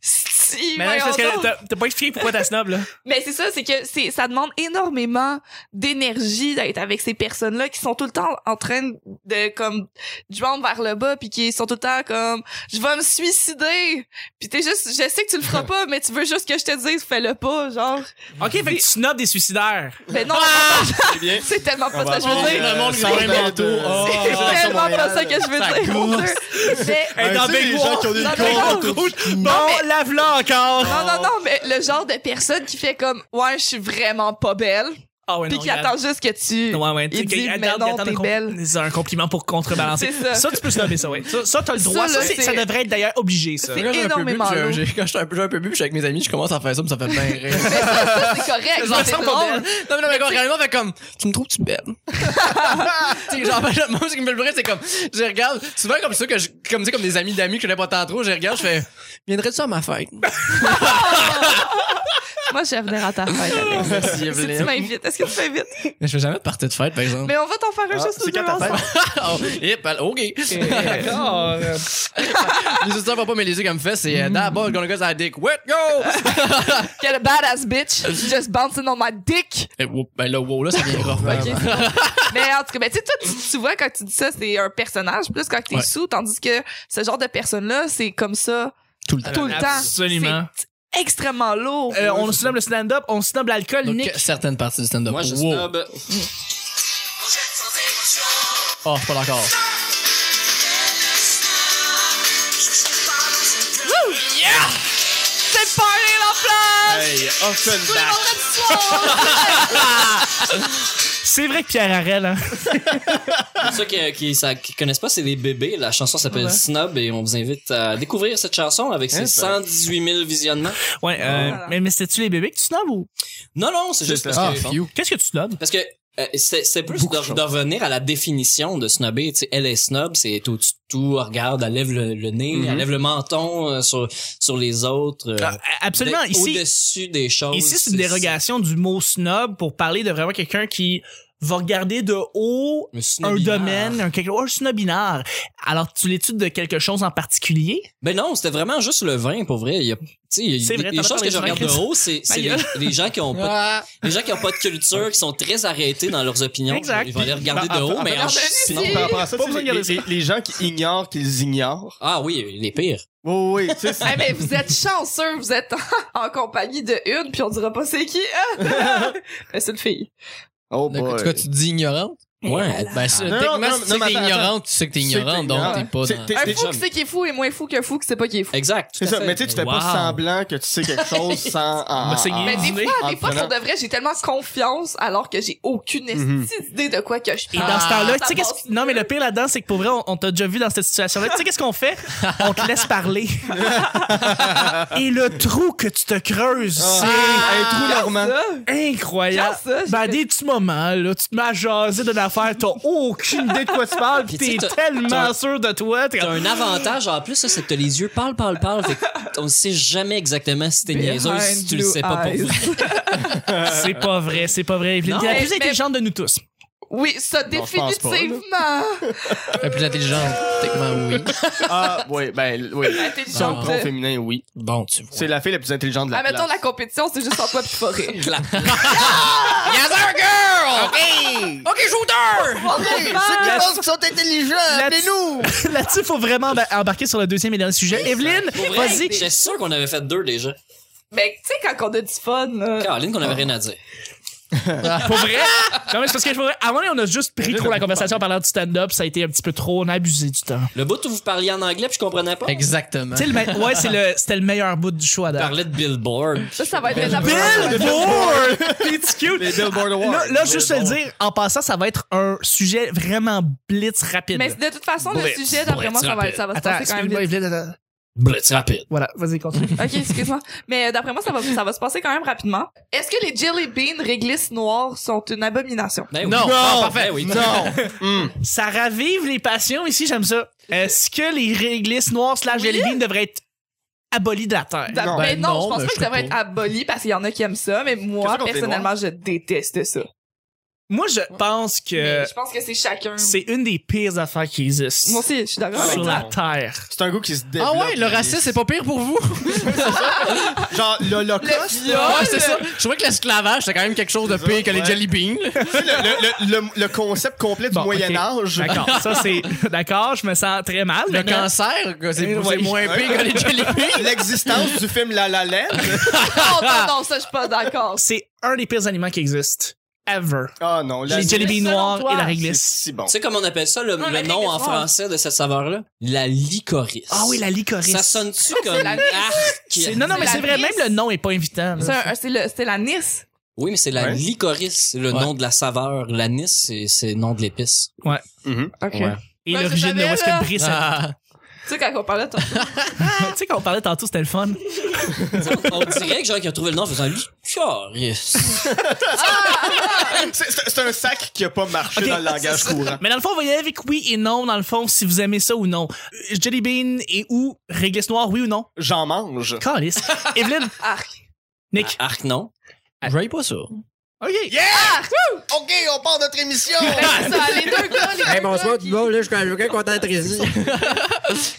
si,
Mais là,
voyons
parce que
donc.
t'as t'as pas expliqué pourquoi ta
<laughs>
snob, là.
Mais c'est ça, c'est que c'est, ça demande énormément d'énergie d'être avec ces personnes-là qui sont tout le temps en train de, comme, jump vers le bas puis qui sont tout le temps comme, je vais me suicider. Puis t'es juste, je sais que tu le
<laughs>
feras pas, mais tu veux juste que je te dise, fais-le pas, genre.
Ok, fait que tu snobs des suicidaires.
Ben non,
Ah!
C'est bien.
<laughs> c'est tellement pas ça
On va
que je veux
appeler,
dire.
euh,
le monde qui
Sandra
est vraiment
de-
tôt. Oh.
Sandra de
C'est tellement pas
Montréal.
ça que je veux dire. mon Dieu. Mais-
Hey,
Ben,
dans
tu sais,
Big
les
War.
gens qui ont des
Dans Big
cornes
War.
autour du cou.
Bon, lave-la encore.
Non, non, non, mais le genre de personne qui fait comme, ouais, je suis vraiment pas belle,
Ah ouais,
puis
non,
qui
regarde.
attend juste que tu.
Ouais, ouais. tu sais,
Il dit,
attends,
mais non,
attends,
t'es
un com-
belle.
C'est un compliment pour contrebalancer.
C'est ça.
Ça, tu peux snobber ça, ouais. Ça, ça, t'as le droit.
Ça,
Ça,
là,
c'est-
c'est-
ça devrait être d'ailleurs obligé, ça.
C'est
Quand j'ai un peu bu,
énormément
puis j'ai-
lourd.
j'ai- Quand j'ai un peu- j'ai un peu bu, puis je suis avec mes amis, je commence à faire ça, puis ça fait bien rire.
<laughs> Mais ça, <laughs> ça, c'est correct,
Genre,
Ben, c'est
sans problème.
drôle.
Non, mais non, mais quoi, réellement, fait comme, tu me trouves-tu belle?
<laughs>
tu sais, genre, moi, ce qui me fait le bruit, c'est comme, je regarde, souvent comme ça, que je, comme, tu sais, comme des amis d'amis que je connais pas tant trop, je regarde, je fais, viendrais-tu à ma fête?
Moi, je vais venir à ta
<laughs>
fête. Alex.
Merci,
Si tu m'invites, est-ce que tu m'invites?
Mais je fais jamais de partie de fête, par exemple.
Mais on va t'en faire un
Ah,
juste
c'est
deux
quand ta
ensemble.
<laughs> oh, hip, al- ok.
D'accord.
les auditeurs vont pas, mais les yeux comme fait, c'est, euh, d'abord, gonna go, ça dick, wet,
<laughs>
go!
Quelle badass bitch,
<laughs>
just bouncing on my dick.
Eh, whoop, ben là, wow, là, ça vient rough,
Ok, c'est bon. mais en tout cas, ben, tu sais, toi, tu, tu vois, quand tu dis ça, c'est un personnage, plus quand t'es
Ouais.
sous, tandis que ce genre de personne-là, c'est comme ça
tout le temps.
tout le temps.
Euh, Absolument.
C'est extrêmement lourd.
Euh, on snob le stand-up, on snob l'alcool,
Donc,
Nick.
certaines parties du stand-up.
Moi, je
Wow.
snob.
Oh, pas encore.
C'est party la plage!
oh, Hey, Offenbach.
<laughs>
Tous les vendredis soirs!
C'est vrai que Pierre Harel, hein.
Pour ceux qui, qui, ça- qui connaissent pas, c'est les bébés. La chanson s'appelle
Ouais. Eh ben.
Snob et on vous invite à découvrir cette chanson avec ses
Hein, ça-
118 000 visionnements.
Ouais, euh,
Voilà.
mais, mais c'était-tu les bébés que tu snobs ou?
Non, non, c'est juste parce
Ah,
que...
phew.
Qu'est-ce que tu snobs?
Parce que euh, c'est c'est plus
Beaucoup de
de,
choses.
de revenir à la définition de snobber. Tu sais, elle est snob, c'est tout, tout, elle regarde, elle lève le, le nez,
Mhm.
elle lève le menton euh, sur, sur les autres. euh,
Mm-hmm. Ah, Absolument,
d'être
ici.
Au-dessus des choses.
Ici, c'est une dérogation du mot snob pour parler de vraiment quelqu'un qui va regarder de haut
Le
un
snobinard.
domaine, un, quelque, un snobinard. Alors, tu l'études de quelque chose en particulier?
Ben non, c'était vraiment juste le vin, pour vrai. Il y a, tu sais, il y a-
C'est vrai,
les
t'as pas
choses que
parlé
je
du vin, Ben,
regarde de
Chris. <laughs>
haut, c'est
Ma
c'est les,
gueule.
les gens qui ont pas, les gens qui ont pas de culture, qui sont très arrêtés dans leurs opinions.
Exact.
Ils vont les regarder
Ben,
de
en-
haut,
en-
mais en,
en-
sinon-
Sinon, par rapport à ça,
Pas
tu sais,
besoin de
les, les- les gens qui ignorent qu'ils ignorent.
Ah oui, les pires.
Oui, oui, tu sais, c'est-
Ah, mais vous êtes chanceux, vous êtes <laughs> en, en compagnie de une, puis on dira pas c'est
<laughs>
qui. Mais c'est une fille.
Oh
De quoi-
boy.
de quoi tu te dis ignorante?
Ouais.
Ben, c'est-
euh, non,
techniquement,
non,
si tu
non,
sais que
mais
t'es
attends,
ignorante, tu sais que t'es
C'est
ignorante, donc
ignorant.
t'es pas
C'est-
dans...
t'es-
Un
t'es-
fou qui sait qui est fou est moins fou qu'un fou qui sait pas qui est fou.
Exact.
C'est ça, mais tu sais, tu fais pas
Wow.
semblant que tu sais quelque chose sans. en-
Ben, c'est-
en-
Mais
Ah,
des
oui.
fois,
En
des fois,
prenant-
pour de vrai, j'ai tellement confiance alors que j'ai aucune
Mhm.
esti idée de quoi que je
Et dans
parle.
ce
Ah,
temps-là, tu
Ça
sais qu'est-ce
passe
que- Non, mais le pire là-dedans, c'est que pour vrai, on, on t'a déjà vu dans cette situation-là. Tu sais qu'est-ce qu'on fait? On te laisse
<laughs>
parler. Et le trou que tu te creuses,
Ah, un trou normand.
Ça,
c'est incroyable.
quand ça, j'ai
Ben,
fait-
des petits moments, là, tu te mets à jaser d'une affaire, t'as aucune idée de quoi tu parles, pis
Puis tu sais,
t'es
t'as-
tellement
t'as-
sûr de toi. t'es
T'as
comme-
un avantage en plus, ça, c'est que t'as les yeux parle, parle, parle. Fait que on sait jamais exactement si t'es niaiseuse,
Behind
si tu le
blue
sais pas pour
eyes.
vrai.
<laughs> C'est pas vrai, c'est pas vrai. Evelyne,
Non,
t'es la
mais-
plus
mais-
intelligente de nous tous.
Oui, ça,
Non, je pense pas, là.
définitivement.
La plus intelligente, techniquement, Ben oui.
<laughs> Ah, oui, ben, oui. Sur le
Intelligente.
front féminin, oui.
Bon, tu vois.
C'est la fille la plus intelligente de la
Ah, mettons,
place.
la compétition, c'est juste en toi puis
<laughs>
forêt.
La-
OK, ceux qui pensent qu'ils sont
Euh,
intelligents,
La-
appelez-nous!
<laughs> Là-dessus, faut vraiment ben, embarquer sur le deuxième et dernier sujet. Evelyne,
Pour vrai,
vas-y.
J'étais sûr qu'on avait fait deux déjà.
Mais tu sais, quand on a du fun, là,
Caroline, qu'on avait rien à dire.
Pour vrai? Non, mais c'est parce que je pourrais. À un moment donné, on a juste pris trop la conversation en parlant du stand-up. Ça a été un petit peu trop. On a abusé du temps.
Le bout où vous parliez en anglais puis je comprenais pas.
Exactement.
Tu sais, le me- ouais, c'est le... c'était le meilleur bout du show à
Vous
date.
parliez de Billboard.
ça, ça va être la
Billboard!
<laughs>
It's cute!
Les Billboard Awards.
Là, là, juste te le dire, en passant, ça va être un sujet vraiment blitz rapide.
Mais de toute façon, le
Blitz,
sujet, d'après moi, ça va, ça va se
Attends,
passer quand même
excuse-moi,
vite.
Evelyne. attends.
Blitz rapide.
Voilà, vas-y, continue.
Ok, excuse-moi. Mais euh, d'après moi, ça va, ça va se passer quand même rapidement. Est-ce que les jelly beans réglisses noires sont une abomination?
Ben oui.
Eh Non,
Ah,
non,
parfait, oui.
Non! Hum.
Ça ravive les passions ici, j'aime ça. Est-ce que les réglisses noires slash jelly beans devraient être abolies de la Terre?
Da-
Non.
mais
Ben
non,
non,
je pense
ben,
pas
je
que ça va
trouve
être
pas.
aboli parce qu'il y en a qui aiment ça, mais moi,
Qu'est-ce qu'on fait,
personnellement, je déteste ça.
Moi, je pense que
Mais je pense que c'est chacun.
c'est une des pires affaires qui existent
Moi aussi, je suis d'accord avec
sur
ouais.
la Terre.
C'est un goût qui se développe.
<laughs> Ah ouais, le racisme, c'est pas pire pour
<laughs>
vous?
Genre, l'Holocauste.
Le viol.
Ouais, c'est ça. Je trouvais que l'esclavage, c'est quand même quelque chose de
C'est
pire
ça,
que les
ouais.
jelly beans.
Tu sais, le, le, le, le, le concept complet du
Bon,
Moyen-Âge.
D'accord, ça c'est. D'accord, je me sens très mal.
Le
maintenant.
cancer, que c'est
Eh
Ouais.
c'est moins pire que les jelly
<laughs>
beans.
L'existence du film La La Land.
Non, non, non, Oh, ça, je suis pas d'accord.
c'est un des pires aliments qui existe. Ever.
Ah non, la
les jelly beans
selon
noirs
toi,
et la
c'est-
C'est
réglisse.
si bon.
Tu sais comment on appelle ça le,
Non,
le
la
nom en
réglisse.
français de cette saveur-là? La licorice.
Ah oui, la licorice. <laughs>
Ça sonne-tu comme
la-
arc?
C'est- Non, non,
C'est
mais
la
c'est vrai, même
nice.
le nom est pas invitant. là.
C'est un- C'est le- c'est la Nice.
Oui, mais c'est la
Ouais.
licorice, c'est le
Ouais.
nom de la saveur. L'anis, c'est, c'est le nom de l'épice.
Mhm.
Ok.
Ouais.
Et
Ouais, je
l'origine de où
savais,
est-ce que
là. Ah.
Brice a-
Ah.
Tu sais, quand on parlait, t'as-
<laughs> Tu sais, quand on parlait tantôt, c'était le fun.
On dirait que genre qui a trouvé le nom en faisant licorice.
C'est- C'est c'est un sac qui a pas marché
Ok,
dans le langage courant.
Mais dans le fond, on va y aller avec oui et non, dans le fond, si vous aimez ça ou non. Euh, Jelly bean et ou, réglisse noire, oui ou non?
J'en mange.
<laughs>
Calice. Evelyne,
Arc.
Nick.
Arc, non.
Je pas ça.
Ah.
OK.
OK, on part notre
<laughs>
émission!
Ben,
Ah,
c'est ça, les deux gars, les deux
Hey,
gars
bonsoir tout
qui-
le monde, là, je suis quand même bien content d'être ici.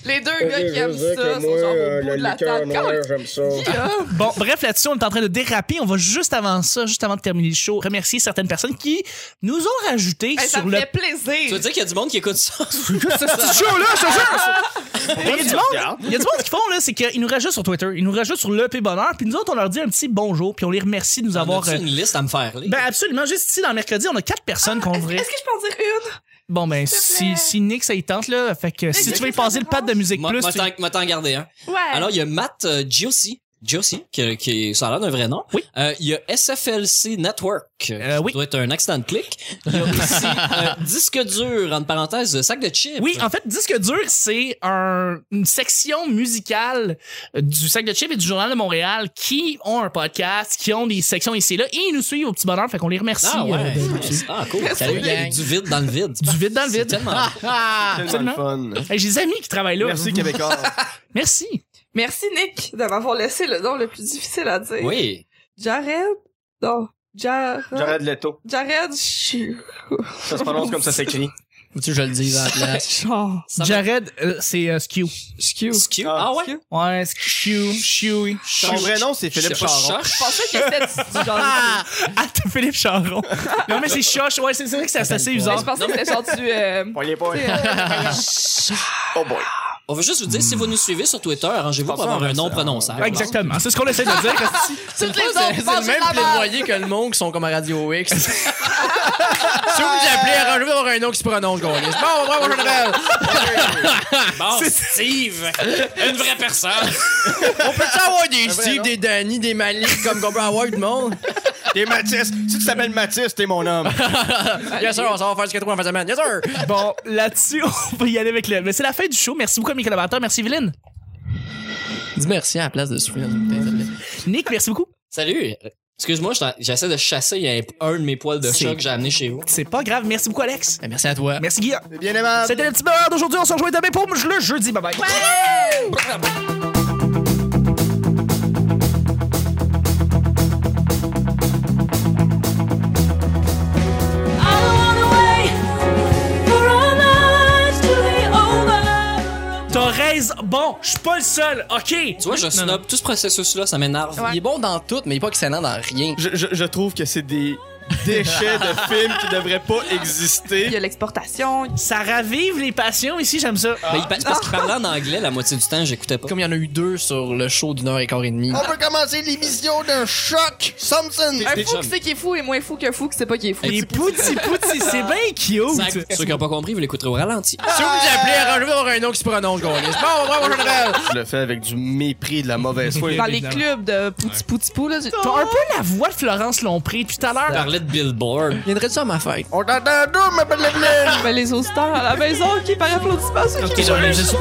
Les deux gars qui aiment ça sont genre
euh,
au bout de la table.
j'aime ça.
Quand- Yeah.
Bon, bref, là-dessus, on est en train de déraper. On va juste avant ça, juste avant de terminer le show, remercier certaines personnes qui nous ont rajouté
<laughs> Hey, Ça
sur
me
le
fait
Tu veux
plaisir.
dire qu'il y a du monde qui écoute <laughs> ça?
<laughs>
<laughs>
Mais Il y a du monde, il y a du monde qui font, là, c'est qu'ils nous rajoutent sur Twitter, ils nous rajoutent sur le P Bonheur, puis nous autres, on leur dit un petit bonjour, puis on les remercie de nous avoir.
On a-tu
euh,
une liste à me faire lire?
Ben, absolument. Juste ici, dans le mercredi, on a quatre personnes qu'on voudrait.
Ah, Est-ce que je peux en dire une?
Bon, ben,
te plaît.
si, si Nick, ça y tente, là, fait que si
qu'est-ce
tu veux y
que ça
passer le pad de musique
Moi,
plus.
moi,
tu-
t'en- moi, t'en garder un.
Ouais.
Alors, il y a Matt euh, Giossi Josie, qui, qui ça a l'air d'un vrai nom.
Oui.
Euh, il y a SFLC Network.
Euh,
qui
oui.
doit être un accident de clic. Il y
<laughs>
a aussi euh, disque dur, entre parenthèses, sac de chips.
Oui, en fait, disque dur, c'est un- une section musicale euh, du sac de chips et du journal de Montréal qui ont un podcast, qui ont des sections ici et là, et ils nous suivent au petit bonheur, fait qu'on les remercie.
Ah ouais.
euh, de-
Ah cool.
Merci,
Salut, il y a
gang.
du vide dans le vide.
du vide dans le
C'est
vide. Ah,
tellement-
Tellement le fun.
Hey, J'ai des amis qui travaillent là. <laughs>
Merci, Québécois.
Merci.
Merci, Nick, de m'avoir laissé le nom le plus difficile à dire.
Oui.
Jared? Non. Jared.
Jared Leto.
Jared. Ch-
Ça se prononce comme ça s'écrit.
Faut-tu que je le dise <laughs> à la place?
Genre.
Ça va-
Jared, euh, c'est euh, Skew.
Skew.
Skew.
Ah.
Ah ouais.
Ouais, Skew, Skew.
Son vrai nom, c'est Philippe Charon.
Je pensais qu'il était du genre.
Ah, t'as Philippe Charon. non, mais c'est Choche. Ouais, c'est c'est vrai que c'est c'est assez
Mais je
bizarre.
pensais que c'était genre du. euh,
On y est pas.
tu sais, euh,
Oh boy.
On veut juste vous dire, si vous nous suivez sur Twitter, arrangez-vous
Je
pour
pense
avoir
pas
un nom
ça.
prononçable.
Exactement. C'est ce qu'on essaie de dire. Christy.
Toutes les
C'est
autres,
c'est le
mangez
même
de la merde.
plaidoyer que le monde qui sont comme à Radio
<laughs>
X. Si vous nous appelez, arrangez-vous d'avoir un nom qui se prononce, Gaulis. Bon, bon, bon, bon, bon.
Bon, Steve, une vraie personne.
on peut-tu avoir des
vrai
Steve,
nom.
des Danny, des Malik, comme qu'on peut avoir du <laughs> monde?
T'es Mathis. Si tu t'appelles Mathis, t'es mon
<laughs>
homme.
Yes, sir, on s'en va faire du 4 en fin de semaine. Yes, sir!
bon, là-dessus, on va y aller avec le. Mais c'est la fin du show. Merci beaucoup à mes collaborateurs. Merci, Evelyne.
Dis merci à la place de sourire.
Nick, merci beaucoup.
Salut. Excuse-moi, je t'en- j'essaie de chasser un, un de mes poils de
C'est-
chat que j'ai amené chez vous.
C'est pas grave. Merci beaucoup, Alex.
Ben, Merci à toi.
Merci, Guillaume.
T'es bien aimable.
C'était le petit bonheur d'aujourd'hui. On se rejoint demain pour le jeudi. Bye bye. Torres, bon, je suis pas le seul, ok?
Tu vois, je snob tout ce processus-là, ça m'énerve.
Il est bon dans tout, mais il est pas excellent dans rien.
Je, je, je trouve que c'est des
<laughs>
déchets de films qui devraient pas
Il y
exister.
a l'exportation.
Ça ravive les passions ici, j'aime ça.
Mais il- c'est parce qu'il parlait en anglais la moitié du temps, j'écoutais pas.
Comme il y en a eu deux sur le show d'une heure et quart et demie.
On peut commencer l'émission d'un choc, something.
Un
Des
fou
jeunes.
qui sait qu'il est fou et moins fou qu'un fou qui sait pas qu'il est fou.
Les poutis poutis, c'est bien
Zach,
cute.
Ceux qui n'ont pas compris, vous l'écouterez au ralenti.
Si vous nous appelez, arrangez-vous d'avoir un nom qui se prononce, Gaulis. Bon, bon, bon, bon, bon.
Je le fais avec du mépris, de la mauvaise foi.
Dans les clubs de pouti pouti pou, là. j'ai-
T'as un peu la voix de Florence Lompré depuis tout à
Il
l'heure.
parlait de Billboard.
Viendrais-tu à ma fête?
On t'entend d'où, ma belle Evelyne?
Ben, les auditeurs à la maison qui par applaudissement ceux qui
Ok, j'en ai juste.